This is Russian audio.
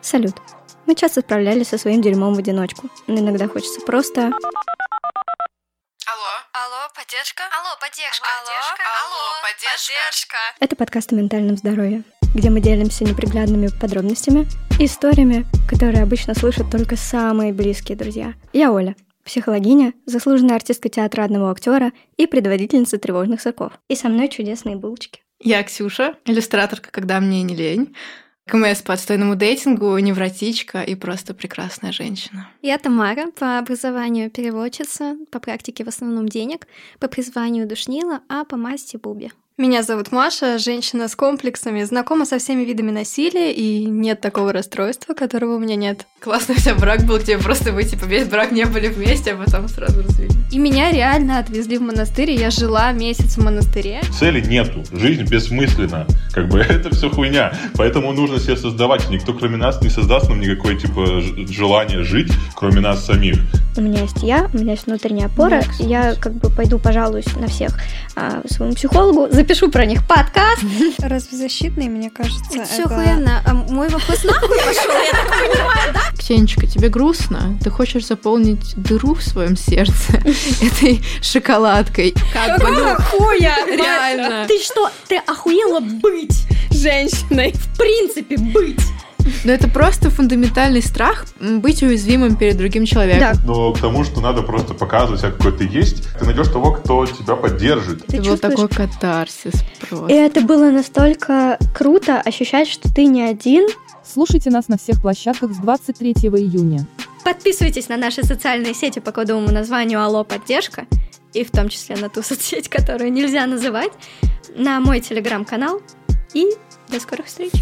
Салют. Мы часто справлялись со своим дерьмом в одиночку. Но иногда хочется просто... Алло. Алло, поддержка? Алло, поддержка. Алло, алло, поддержка. Это подкаст о ментальном здоровье, где мы делимся неприглядными подробностями и историями, которые обычно слышат только самые близкие друзья. Я Оля, психологиня, заслуженная артистка театра одного актера и предводительница тревожных соков. И со мной чудесные булочки. Я Ксюша, иллюстраторка «Когда мне не лень», КМС по отстойному дейтингу, невротичка и просто прекрасная женщина. Я Тамара, по образованию переводчица, по практике в основном денег, по призванию душнила, а по масти буби. Меня зовут Маша, женщина с комплексами, знакома со всеми видами насилия, и нет такого расстройства, которого у меня нет. Классно, у тебя брак был, где просто вы, типа, весь брак не были вместе, а потом сразу развели. И меня реально отвезли в монастырь, и я жила месяц в монастыре. Цели нету, жизнь бессмысленна. Как бы это все хуйня. Поэтому нужно себе создавать. Никто, кроме нас, не создаст нам никакое типа ж- желание жить, кроме нас самих. У меня есть я, у меня есть внутренняя опора. и я как бы пойду пожалуюсь на всех а, своему психологу, запишу про них подкаст. Развезащитные, мне кажется, Все это- хуяно. А мой вопрос нахуй пошел. Ксенечка, тебе грустно? Ты хочешь заполнить дыру в своем сердце этой шоколадкой? Как бы, ну, хуя? реально. Ты что, ты охуела быть женщиной? В принципе, быть. Но это просто фундаментальный страх м, быть уязвимым перед другим человеком. Да. Но к тому, что надо просто показывать, а какой ты есть, ты найдешь того, кто тебя поддержит. Ты Это был чувствуешь? такой катарсис И просто. это было настолько круто ощущать, что ты не один. Слушайте нас на всех площадках с 23 июня. Подписывайтесь на наши социальные сети по кодовому названию «Алло, поддержка» и в том числе на ту соцсеть, которую нельзя называть, на мой телеграм-канал. И до скорых встреч!